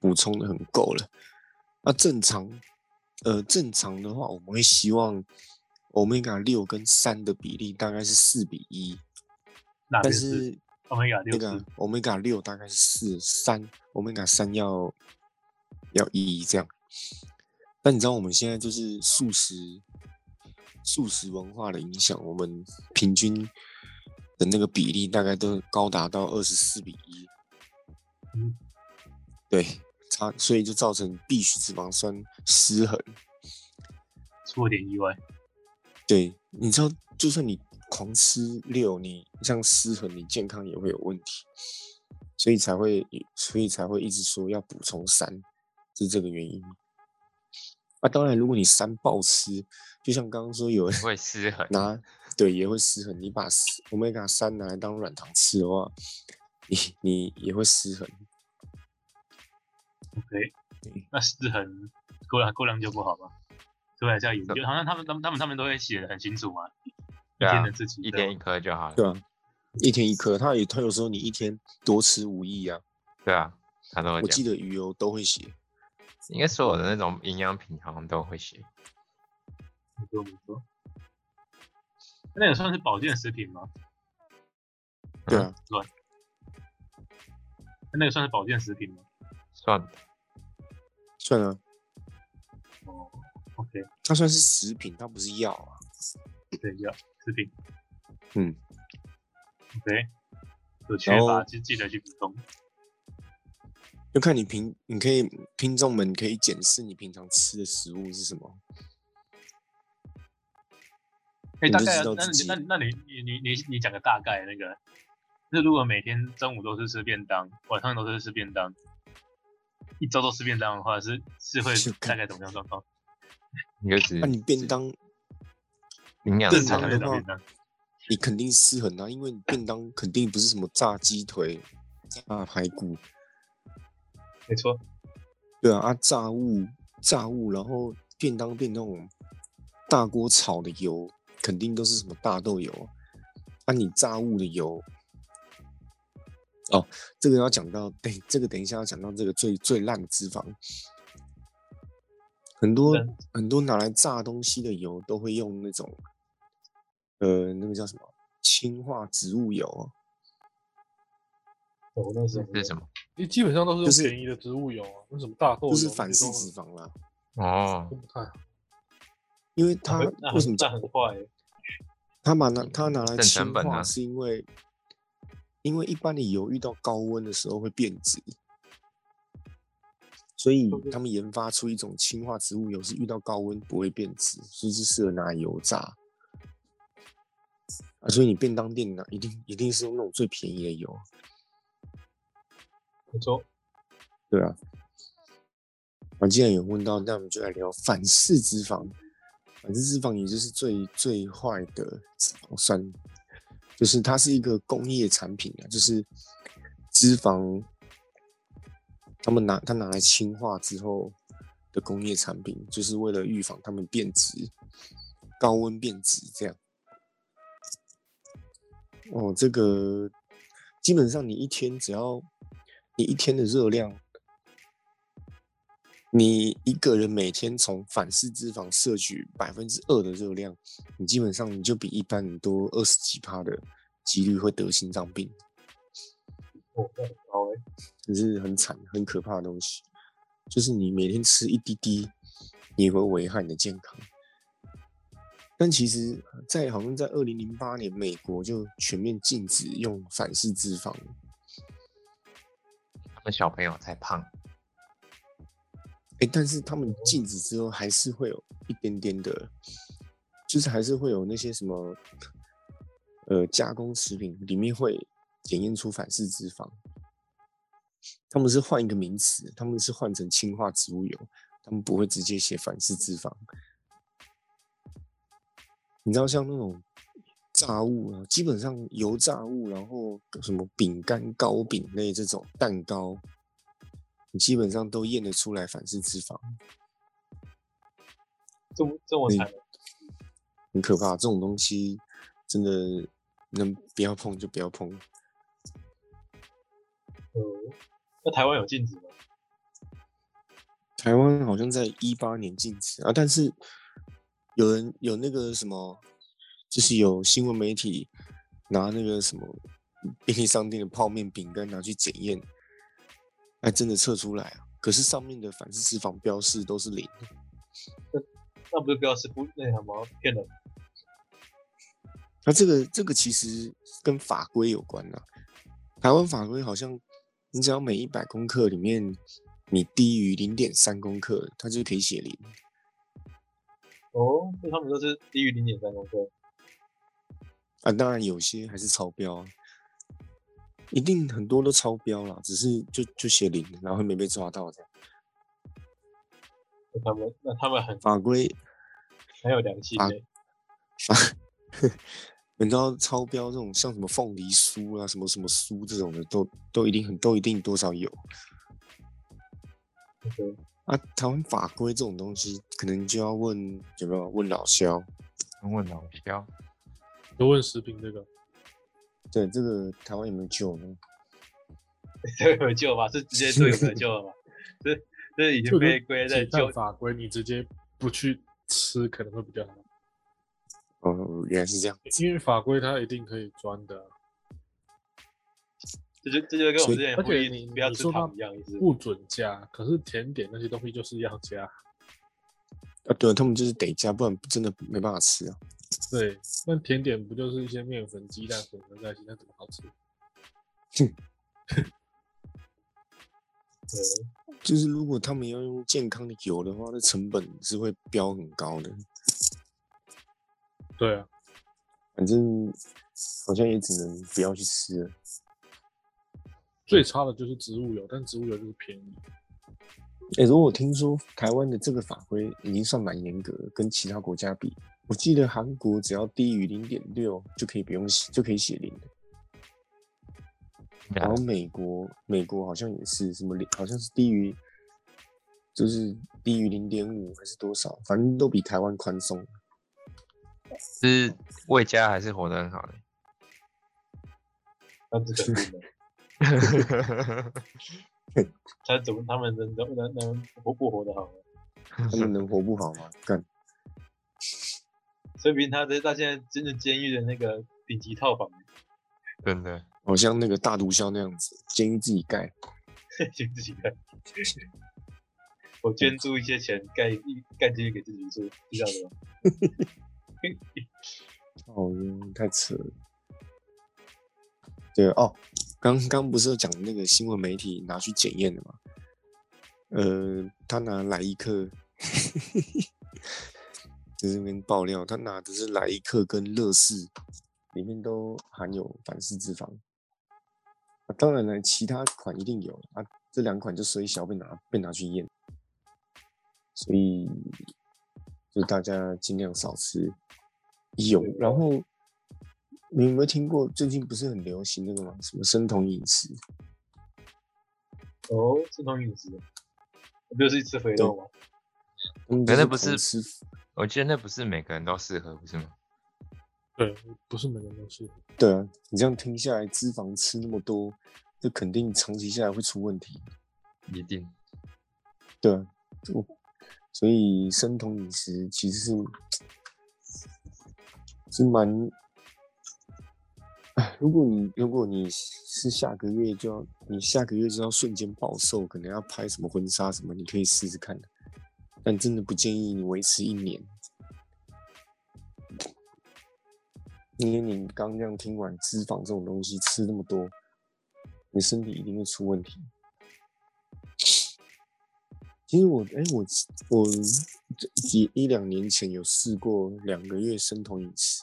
[SPEAKER 1] 补充的很够了。那正常，呃，正常的话，我们会希望 omega 六跟三的比例大概是四比一，
[SPEAKER 3] 那
[SPEAKER 1] 但
[SPEAKER 3] 边是
[SPEAKER 1] 是
[SPEAKER 3] omega
[SPEAKER 1] 那
[SPEAKER 3] 六
[SPEAKER 1] 个
[SPEAKER 3] 十，
[SPEAKER 1] omega 六大概是四三，omega 三要要一这样。但你知道我们现在就是素食素食文化的影响，我们平均的那个比例大概都高达到二十四比一。
[SPEAKER 3] 嗯，
[SPEAKER 1] 对，它所以就造成必需脂肪酸失衡。
[SPEAKER 3] 出了点意外。
[SPEAKER 1] 对，你知道，就算你狂吃六，你这样失衡，你健康也会有问题，所以才会，所以才会一直说要补充三，是这个原因。啊，当然，如果你三暴吃，就像刚刚说有人
[SPEAKER 4] 会失衡。
[SPEAKER 1] 拿对也会失衡。你把欧米伽三拿来当软糖吃的话，你你也会失衡。
[SPEAKER 3] OK，
[SPEAKER 1] 对
[SPEAKER 3] 那失衡过量过量就不好吧？对，还是要研究，
[SPEAKER 4] 对
[SPEAKER 3] 好像他们他们他们上面都会写的很清楚嘛，一
[SPEAKER 4] 对啊
[SPEAKER 3] 天的自己
[SPEAKER 4] 一天一颗就好了。
[SPEAKER 1] 对啊，一天一颗，他也他有时候你一天多吃无益啊。
[SPEAKER 4] 对啊，他都会
[SPEAKER 1] 我记
[SPEAKER 4] 讲。
[SPEAKER 1] 得鱼油都会写，
[SPEAKER 4] 应该所有的那种营养品好像都会写。
[SPEAKER 3] 没错没错。那也算是保健食品吗？
[SPEAKER 1] 对
[SPEAKER 4] 嗯
[SPEAKER 1] 啊，
[SPEAKER 3] 那个算是保健食品吗？
[SPEAKER 4] 算了，
[SPEAKER 1] 算了，
[SPEAKER 3] 哦，OK，
[SPEAKER 1] 它算是食品，它不是药啊。
[SPEAKER 3] 对，要食品。
[SPEAKER 1] 嗯
[SPEAKER 3] ，OK，有缺
[SPEAKER 1] 然后
[SPEAKER 3] 乏就记得去补充。
[SPEAKER 1] 就看你平，你可以听众们可以检视你平常吃的食物是什么。
[SPEAKER 3] 哎、
[SPEAKER 1] 你
[SPEAKER 3] 大
[SPEAKER 1] 就
[SPEAKER 3] 概
[SPEAKER 1] 知道
[SPEAKER 3] 那
[SPEAKER 1] 自
[SPEAKER 3] 你
[SPEAKER 1] 己
[SPEAKER 3] 那那你你你你你讲个大概那个，那如果每天中午都是吃便当，晚上都是吃便当，一周都吃便当的话，是是会
[SPEAKER 1] 就
[SPEAKER 3] 大
[SPEAKER 1] 看
[SPEAKER 3] 概怎么样状况？
[SPEAKER 4] 你就只
[SPEAKER 3] 嗯
[SPEAKER 1] 那、啊你便当，
[SPEAKER 4] 营养
[SPEAKER 3] 正
[SPEAKER 1] 正
[SPEAKER 3] 常
[SPEAKER 4] 餐
[SPEAKER 1] 常的
[SPEAKER 3] 的
[SPEAKER 1] 话
[SPEAKER 3] 便当，
[SPEAKER 1] 你肯定失衡啊，因为你便当肯定不是什么炸鸡腿、炸排骨，
[SPEAKER 3] 没错，
[SPEAKER 1] 对啊，啊炸物、炸物，然后便当变那种大锅炒的油，肯定都是什么大豆油啊。啊，你炸物的油，哦，这个要讲到，对，这个等一下要讲到这个最最烂的脂肪，很多
[SPEAKER 3] 嗯
[SPEAKER 1] 很多拿来炸东西的油都会用那种，呃，那个叫什么氢化植物油啊，
[SPEAKER 3] 我那时
[SPEAKER 4] 是什么？
[SPEAKER 2] 你基本上都
[SPEAKER 1] 就是是
[SPEAKER 2] 用便宜的植物油啊，为什么大豆
[SPEAKER 1] 就
[SPEAKER 2] 油
[SPEAKER 1] 是
[SPEAKER 2] 那些
[SPEAKER 1] 反式
[SPEAKER 2] 都
[SPEAKER 1] 脂肪啦。
[SPEAKER 4] 哦
[SPEAKER 2] 都，不太好？
[SPEAKER 1] 因为它
[SPEAKER 3] 那
[SPEAKER 1] 为什么
[SPEAKER 3] 很那
[SPEAKER 1] 讲
[SPEAKER 3] 很快？
[SPEAKER 1] 他把拿他拿来
[SPEAKER 4] 省成
[SPEAKER 1] 氢
[SPEAKER 4] 嗯本
[SPEAKER 1] 化，
[SPEAKER 4] 啊
[SPEAKER 1] 是因为因为一般的油遇到高温的时候会变质，所以
[SPEAKER 4] 嗯
[SPEAKER 1] 他们研发出一种氢化植物油，是遇到高温不会变质，所以是适合拿来油炸。啊，所以你便当店呢，一定一定是用那种最便宜的油，
[SPEAKER 3] 没错，
[SPEAKER 1] 对啊。啊，既然有问到，那我们就来聊反式脂肪。反式脂肪也就是最最坏的脂肪酸，就是它是一个工业产品啊，就是脂肪，他们拿它拿来氢化之后的工业产品，就是为了预防它们变质，高温变质这样。哦，这个基本上你一天只要你一天的热量，你一个人每天从反式脂肪摄取百分之二的热量，你基本上你就比一般人多二十几趴的几率会得心脏病，
[SPEAKER 3] 哦，那很高哎，
[SPEAKER 1] 这是很惨很可怕的东西。就是你每天吃一滴滴，你也会危害你的健康。但其实，在好像在二零零八年，美国就全面禁止用反式脂肪了
[SPEAKER 4] 他们小朋友太胖，
[SPEAKER 1] 哎、但是他们禁止之后，还是会有一点点的，就是还是会有那些什么，呃，加工食品里面会检验出反式脂肪，他们是换一个名词，他们是换成氢化植物油，他们不会直接写反式脂肪。你知道像那种炸物啊，基本上油炸物，然后什么饼干、糕饼类这种蛋糕，你基本上都验得出来反式脂肪，
[SPEAKER 3] 这么这么
[SPEAKER 1] 嗯
[SPEAKER 3] 惨，
[SPEAKER 1] 很可怕。这种东西真的能不要碰就不要碰。
[SPEAKER 3] 呃，那台湾有禁止吗？
[SPEAKER 1] 台湾好像在一八年禁止啊，但是有人有那个什么，就是有新闻媒体拿那个什么便利商店的泡面、饼干拿去检验，哎，真的测出来啊。可是上面的反式脂肪标示都是零，
[SPEAKER 3] 那不是不要吃不那什么骗人？
[SPEAKER 1] 那这个这个其实跟法规有关啦、台湾法规好像，你只要每一百公克里面你低于零点三公克，它就可以写零。
[SPEAKER 3] 哦，所以他们都是低于零点三公克。
[SPEAKER 1] 啊，当然有些还是超标啊，一定很多都超标啦，只是就就写零，然后没被抓到这样。
[SPEAKER 3] 那他们那他们很
[SPEAKER 1] 法规
[SPEAKER 3] 很有良心
[SPEAKER 1] 啊
[SPEAKER 3] 的、
[SPEAKER 1] 你知道超标这种像什么凤梨酥啊、什么什么酥这种的，都都一定很都一定多少有。
[SPEAKER 3] OK
[SPEAKER 1] 啊，台湾法规这种东西，可能就要问有没有问老肖。
[SPEAKER 4] 问老肖，
[SPEAKER 2] 就问食品这个，
[SPEAKER 1] 对，这个台湾有没有救呢？
[SPEAKER 3] 这个有救吧？是直接说有没有救了吗？这这已经
[SPEAKER 2] 就
[SPEAKER 3] 被
[SPEAKER 2] 跟
[SPEAKER 3] 归类在
[SPEAKER 2] 鸡蛋
[SPEAKER 3] 救
[SPEAKER 2] 法规，你直接不去吃可能会比较好，
[SPEAKER 1] 哦，原来是这样。
[SPEAKER 2] 因为法规它一定可以钻的啊。
[SPEAKER 3] 这就这就跟我
[SPEAKER 1] 所以
[SPEAKER 3] 们之前
[SPEAKER 2] 而
[SPEAKER 3] 呼
[SPEAKER 2] 且你
[SPEAKER 3] 吁不要
[SPEAKER 2] 你
[SPEAKER 3] 吃
[SPEAKER 2] 说它
[SPEAKER 3] 糖一样意思。
[SPEAKER 2] 不准加，可是甜点那些东西就是要加。
[SPEAKER 1] 啊，对，他们就是得加，不然真的没办法吃啊。
[SPEAKER 2] 对，那甜点不就是一些面粉、鸡蛋混合在一起，那怎么好吃？
[SPEAKER 3] 对
[SPEAKER 1] 就是如果他们要用健康的油的话，那成本是会飙很高的。
[SPEAKER 2] 对啊，
[SPEAKER 1] 反正好像也只能不要去吃了。
[SPEAKER 2] 最差的就是植物油，但植物油就是便宜。
[SPEAKER 1] 哎、如果我听说台湾的这个法规已经算蛮严格了，跟其他国家比，我记得韩国只要低于零点六就可以不用写，就可以写零了。
[SPEAKER 4] 啊
[SPEAKER 1] 然后美国，美国好像也是什么零，好像是低于，就是低于零点五还是多少，反正都比台湾宽松。
[SPEAKER 4] 是魏家还是活得很好的。
[SPEAKER 3] 那这肯定的。他怎么他们能能能能活不活得好呢？
[SPEAKER 1] 他们能活不好吗？干，
[SPEAKER 3] 所以，毕竟他在他现在真的监狱的那个顶级套房，
[SPEAKER 4] 真的，
[SPEAKER 1] 好像那个大毒枭那样子，监狱自己盖。
[SPEAKER 3] 就自己盖。我捐助一些钱盖一盖进去给自己住，知道的吗？
[SPEAKER 1] 哦，太扯了。对哦，刚刚不是有讲那个新闻媒体拿去检验的吗？呃，他拿莱伊克，在这边爆料，他拿的是莱伊克跟乐事，里面都含有反式脂肪。啊、当然了，其他款一定有啊，这两款就虽小被拿被拿去验，所以就大家尽量少吃。有，然后你有没有听过最近不是很流行那个吗？什么生酮饮食？
[SPEAKER 3] 哦，是同饮食，不就是吃肥肉吗？
[SPEAKER 1] 他们
[SPEAKER 4] 可
[SPEAKER 1] 就是
[SPEAKER 4] 不
[SPEAKER 1] 狂
[SPEAKER 4] 是
[SPEAKER 1] 吃
[SPEAKER 4] 我觉得那不是每个人都适合，不是吗？
[SPEAKER 2] 对，不是每个人都是。
[SPEAKER 1] 对啊，你这样听下来，脂肪吃那么多，这肯定长期下来会出问题。
[SPEAKER 4] 一定，
[SPEAKER 1] 对啊，我所以生酮饮食其实是是蛮，唉如果你如果你是下个月就要你下个月就要瞬间暴瘦，可能要拍什么婚纱什么，你可以试试看，但真的不建议你维持一年。因为你刚这样听完脂肪这种东西吃那么多，你身体一定会出问题。其实我哎、我我这几一两年前有试过两个月生酮饮食，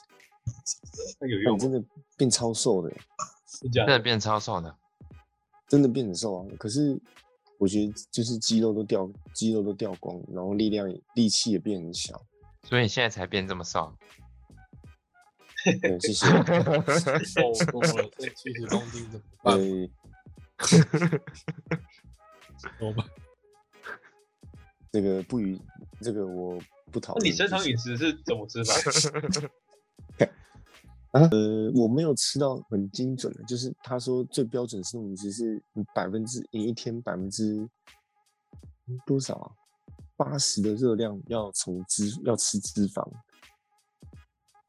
[SPEAKER 3] 那有
[SPEAKER 1] 但
[SPEAKER 3] 用
[SPEAKER 1] 我
[SPEAKER 3] 吗？
[SPEAKER 1] 真的变超瘦的、
[SPEAKER 3] 是假
[SPEAKER 4] 真
[SPEAKER 3] 的？
[SPEAKER 4] 的变超瘦的，
[SPEAKER 1] 真的变很瘦啊。可是我觉得就是肌肉都掉，肌肉都掉光，然后力量也力气也变很小。
[SPEAKER 4] 所以你现在才变这么瘦。
[SPEAKER 1] 对，谢 谢。
[SPEAKER 2] 哦，我这七十公斤怎么办？
[SPEAKER 1] 对，
[SPEAKER 2] 怎么办？
[SPEAKER 1] 这个不予这个我不讨
[SPEAKER 3] 那
[SPEAKER 1] 论。
[SPEAKER 3] 你生酮
[SPEAKER 1] 谢谢
[SPEAKER 3] 饮食是怎么吃法？
[SPEAKER 1] 呃，我没有吃到很精准的，就是他说最标准生酮饮食是你百分之你一天百分之多少啊？八十的热量要从脂要吃脂肪，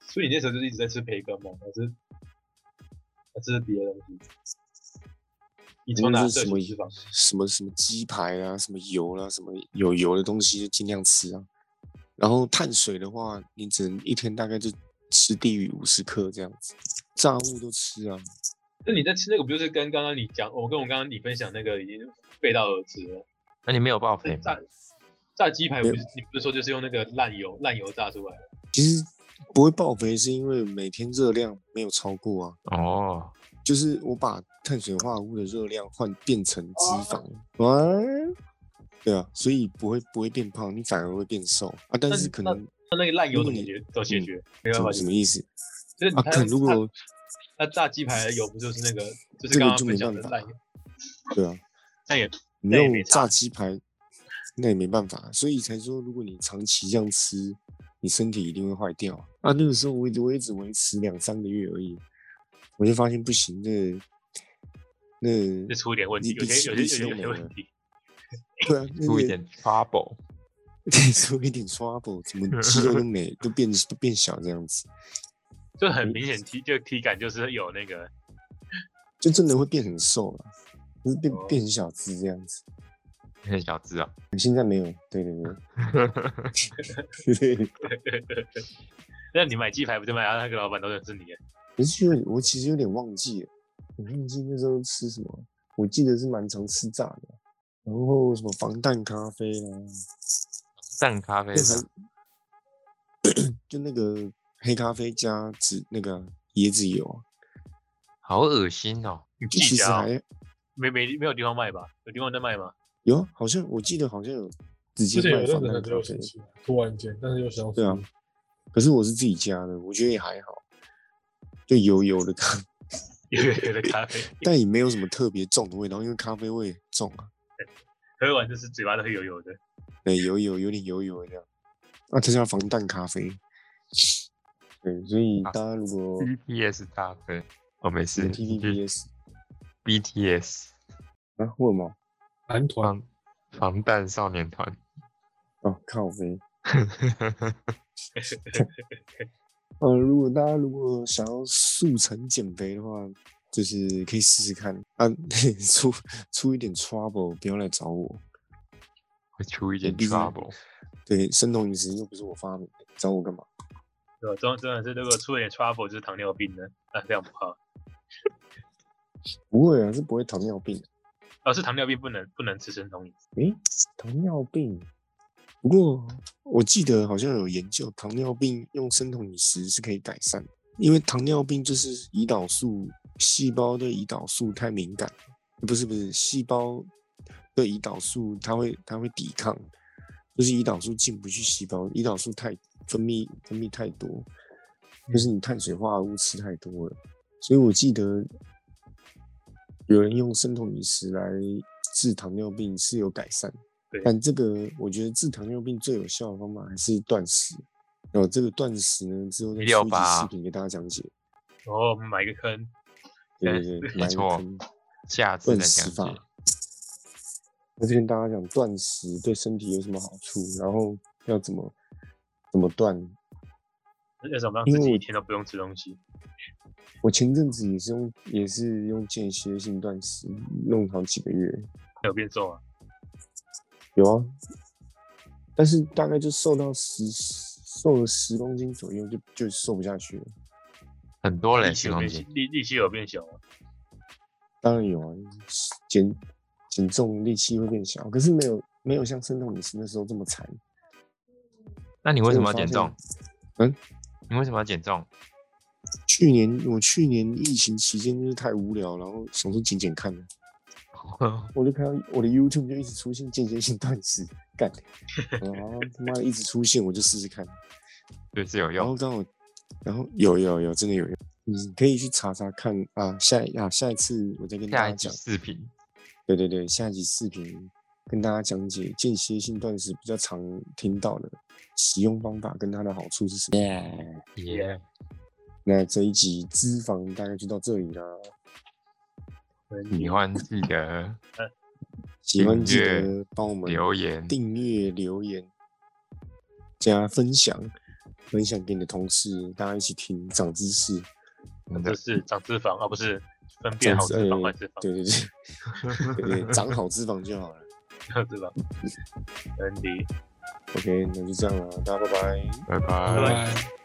[SPEAKER 3] 所以你那时候就是一直在吃培根吗？还是还是别的东西？你从哪
[SPEAKER 1] 嗯就是
[SPEAKER 3] 摄
[SPEAKER 1] 什么
[SPEAKER 3] 取脂肪？
[SPEAKER 1] 什么什么鸡排啊，什么油啦、什么有油的东西就尽量吃啊。然后碳水的话，你只能一天大概就吃地狱五十克这样子，炸物都吃啊。
[SPEAKER 3] 那你在吃那个不就是跟刚刚你讲，我跟我刚刚你分享那个已经背道而驰了？
[SPEAKER 4] 那你没有报废吗？
[SPEAKER 3] 炸炸鸡排不是你不是说就是用那个烂油烂油炸出来的？
[SPEAKER 1] 其实不会爆肥，是因为每天热量没有超过啊。
[SPEAKER 4] 哦，
[SPEAKER 1] 就是我把碳水化合物的热量换变成脂
[SPEAKER 3] 哦
[SPEAKER 1] 肪，喂，对啊，所以不会不会变胖，你反而会变瘦啊。但
[SPEAKER 3] 那
[SPEAKER 1] 是
[SPEAKER 3] 你
[SPEAKER 1] 可
[SPEAKER 3] 那
[SPEAKER 1] 能
[SPEAKER 3] 那那个烂油怎
[SPEAKER 1] 嗯
[SPEAKER 3] 么解决？怎么解决？没
[SPEAKER 1] 什
[SPEAKER 3] 办法
[SPEAKER 1] 么
[SPEAKER 3] 解
[SPEAKER 1] 什
[SPEAKER 3] 决，
[SPEAKER 1] 么意思
[SPEAKER 3] 就是
[SPEAKER 1] 啊？
[SPEAKER 3] 它
[SPEAKER 1] 可如果
[SPEAKER 3] 它炸鸡排的油不就是那个就是
[SPEAKER 1] 这个
[SPEAKER 3] 刚刚
[SPEAKER 1] 就
[SPEAKER 3] 分
[SPEAKER 1] 没
[SPEAKER 3] 享的
[SPEAKER 1] 办法
[SPEAKER 3] 烂油？
[SPEAKER 1] 对啊，
[SPEAKER 3] 那也
[SPEAKER 1] 你
[SPEAKER 3] 那也
[SPEAKER 1] 用
[SPEAKER 3] 没差
[SPEAKER 1] 炸鸡排，那也没办法，所以才说，如果你长期这样吃，你身体一定会坏掉啊。啊那个时候我也我也只维持两三个月而已，我就发现不行，那那
[SPEAKER 3] 就出一点问题，
[SPEAKER 1] 你
[SPEAKER 3] 有些有
[SPEAKER 1] 必
[SPEAKER 3] 些
[SPEAKER 1] 须必须
[SPEAKER 3] 有些有些
[SPEAKER 1] 用
[SPEAKER 3] 问
[SPEAKER 1] 的
[SPEAKER 3] 题。
[SPEAKER 1] 对啊，那
[SPEAKER 4] 出一
[SPEAKER 1] 个
[SPEAKER 4] 点 trouble，
[SPEAKER 1] 出一点 trouble，怎么肌肉都没都变都变小这样子，
[SPEAKER 3] 就很明显体就体感就是有那个，
[SPEAKER 1] 就真的会变很瘦了，就是变
[SPEAKER 3] 哦
[SPEAKER 1] 变成小只这样子。
[SPEAKER 4] 很小资哦。
[SPEAKER 1] 现在没有，对对对对，
[SPEAKER 3] 那你买鸡排不就买啊到那个老板都认识你了？
[SPEAKER 1] 可是有点我其实有点忘记了，我忘记那时候吃什么，我记得是蛮常吃炸的，然后什么防弹咖啡啦、
[SPEAKER 4] 淡咖啡
[SPEAKER 1] 那
[SPEAKER 4] 是
[SPEAKER 1] 还
[SPEAKER 4] 吧
[SPEAKER 1] 就那个黑咖啡加紫那个椰子油啊，
[SPEAKER 4] 好恶心哦。
[SPEAKER 3] 你
[SPEAKER 1] 就
[SPEAKER 3] 自己
[SPEAKER 1] 其实
[SPEAKER 3] 家哦
[SPEAKER 1] 还
[SPEAKER 3] 没没没有地方卖吧？有地方在卖吗？
[SPEAKER 1] 有啊，好像我记得好像有直接
[SPEAKER 2] 之前有
[SPEAKER 1] 卖
[SPEAKER 2] 一阵
[SPEAKER 1] 防
[SPEAKER 2] 子
[SPEAKER 1] 弹
[SPEAKER 2] 很
[SPEAKER 1] 咖
[SPEAKER 2] 流
[SPEAKER 1] 啡
[SPEAKER 2] 行，起来，突然间，但是又消失
[SPEAKER 1] 对啊
[SPEAKER 2] 了。
[SPEAKER 1] 可是我是自己加的，我觉得也还好，就油油的咖，
[SPEAKER 3] 有有有的咖啡，
[SPEAKER 1] 但也没有什么特别重的味道，因为咖啡味很重啊，
[SPEAKER 3] 喝完就是嘴巴都会油油的。
[SPEAKER 1] 对，油油有点油油的这样，那、啊、它叫防弹咖啡，对，所以
[SPEAKER 4] 啊
[SPEAKER 1] 大家如果
[SPEAKER 4] BTS 咖啡，哦，没事。
[SPEAKER 1] T V B S
[SPEAKER 4] BTS
[SPEAKER 1] 啊，为什么？
[SPEAKER 2] 男团
[SPEAKER 4] 防防弹少年 团，
[SPEAKER 1] 哦，咖啡。呃，如果大家如果想要速成减肥的话，就是可以试试看啊， 出出一点 trouble，不要来找我。
[SPEAKER 4] 会出一点
[SPEAKER 1] 毕竟
[SPEAKER 4] trouble。
[SPEAKER 1] 对，生酮饮食又不是我发明的，找我干嘛？
[SPEAKER 3] 对吧？真真的是如果出了点 trouble 就是糖尿病的，那这样不好。
[SPEAKER 1] 不会啊，是不会糖尿病的。
[SPEAKER 3] 哦，是糖尿病不能不能吃生酮饮食，
[SPEAKER 1] 诶，糖尿病？不过我记得好像有研究，糖尿病用生酮饮食是可以改善的，因为糖尿病就是胰岛素细胞对胰岛素太敏感，不是不是，细胞对胰岛素它会它会抵抗，就是胰岛素进不去细胞，胰岛素太分泌分泌太多，就是你碳水化合物吃太多了，所以我记得有人用生酮饮食来治糖尿病是有改善
[SPEAKER 3] 对，
[SPEAKER 1] 但这个我觉得治糖尿病最有效的方法还是断食。然后这个断食呢，之后再出一集
[SPEAKER 4] 168
[SPEAKER 1] 视频给大家讲解。
[SPEAKER 3] 然后买个坑，
[SPEAKER 1] 对对对，
[SPEAKER 4] 没
[SPEAKER 1] 埋一个
[SPEAKER 4] 错
[SPEAKER 1] 坑
[SPEAKER 4] 下次
[SPEAKER 1] 断
[SPEAKER 4] 再
[SPEAKER 1] 食
[SPEAKER 4] 讲
[SPEAKER 1] 法
[SPEAKER 4] 解。。
[SPEAKER 1] 那就跟大家讲断食对身体有什么好处，然后要怎么怎么断，
[SPEAKER 3] 要怎么让自
[SPEAKER 1] 因为
[SPEAKER 3] 己
[SPEAKER 1] 我
[SPEAKER 3] 一天都不用吃东西？
[SPEAKER 1] 我前阵子也是用也是用间歇性断食，弄好几个月，
[SPEAKER 3] 有变瘦啊？
[SPEAKER 1] 有啊，但是大概就瘦到十瘦了十公斤左右，就就瘦不下去了。
[SPEAKER 4] 很多
[SPEAKER 3] 力
[SPEAKER 4] 人
[SPEAKER 3] 气
[SPEAKER 4] 形
[SPEAKER 3] 有
[SPEAKER 4] 容
[SPEAKER 3] 变
[SPEAKER 4] 你
[SPEAKER 3] 力力气有变小啊？
[SPEAKER 1] 当然有啊，减减重力气会变小，可是没有没有像生酮饮食那时候这么惨。
[SPEAKER 4] 那你
[SPEAKER 1] 所
[SPEAKER 4] 为
[SPEAKER 1] 以
[SPEAKER 4] 什
[SPEAKER 1] 我
[SPEAKER 4] 么要
[SPEAKER 1] 发
[SPEAKER 4] 减
[SPEAKER 1] 现
[SPEAKER 4] 重？？
[SPEAKER 1] 嗯，
[SPEAKER 4] 你为什么要减重？
[SPEAKER 1] 去年我去年疫情期间就是太无聊，然后想说减减看了，我就看到我的 YouTube 就一直出现间歇性断食， 干，然后他妈的一直出现，我就试试看。
[SPEAKER 4] 对，是有
[SPEAKER 1] 然
[SPEAKER 4] 用
[SPEAKER 1] 后。刚好，然后有有有，真的有用，你可以去查查看啊。下一啊，下一次我再跟
[SPEAKER 4] 下
[SPEAKER 1] 大家
[SPEAKER 4] 一集
[SPEAKER 1] 讲。
[SPEAKER 4] 视频
[SPEAKER 1] 对对对，下一集视频跟大家讲解间歇性断食比较常听到的使用方法跟它的好处是什么。
[SPEAKER 4] 耶，
[SPEAKER 1] 那这一集脂肪大概就到这里啦。
[SPEAKER 4] 喜欢记得
[SPEAKER 1] 喜欢
[SPEAKER 4] 订
[SPEAKER 1] 记
[SPEAKER 4] 阅
[SPEAKER 1] 得帮我们
[SPEAKER 4] 留言，
[SPEAKER 1] 订阅、留言、加分享，分享给你的同事，大家一起听，长知识。
[SPEAKER 4] 真的
[SPEAKER 3] 这是长脂肪啊，不是分辨好脂肪坏脂肪，
[SPEAKER 1] 对对对，对 对，长好脂肪就好了。
[SPEAKER 3] 长脂肪。没问题。
[SPEAKER 1] OK，那就这样了，大家拜拜。
[SPEAKER 4] 拜
[SPEAKER 2] 拜
[SPEAKER 4] 拜。
[SPEAKER 2] 拜。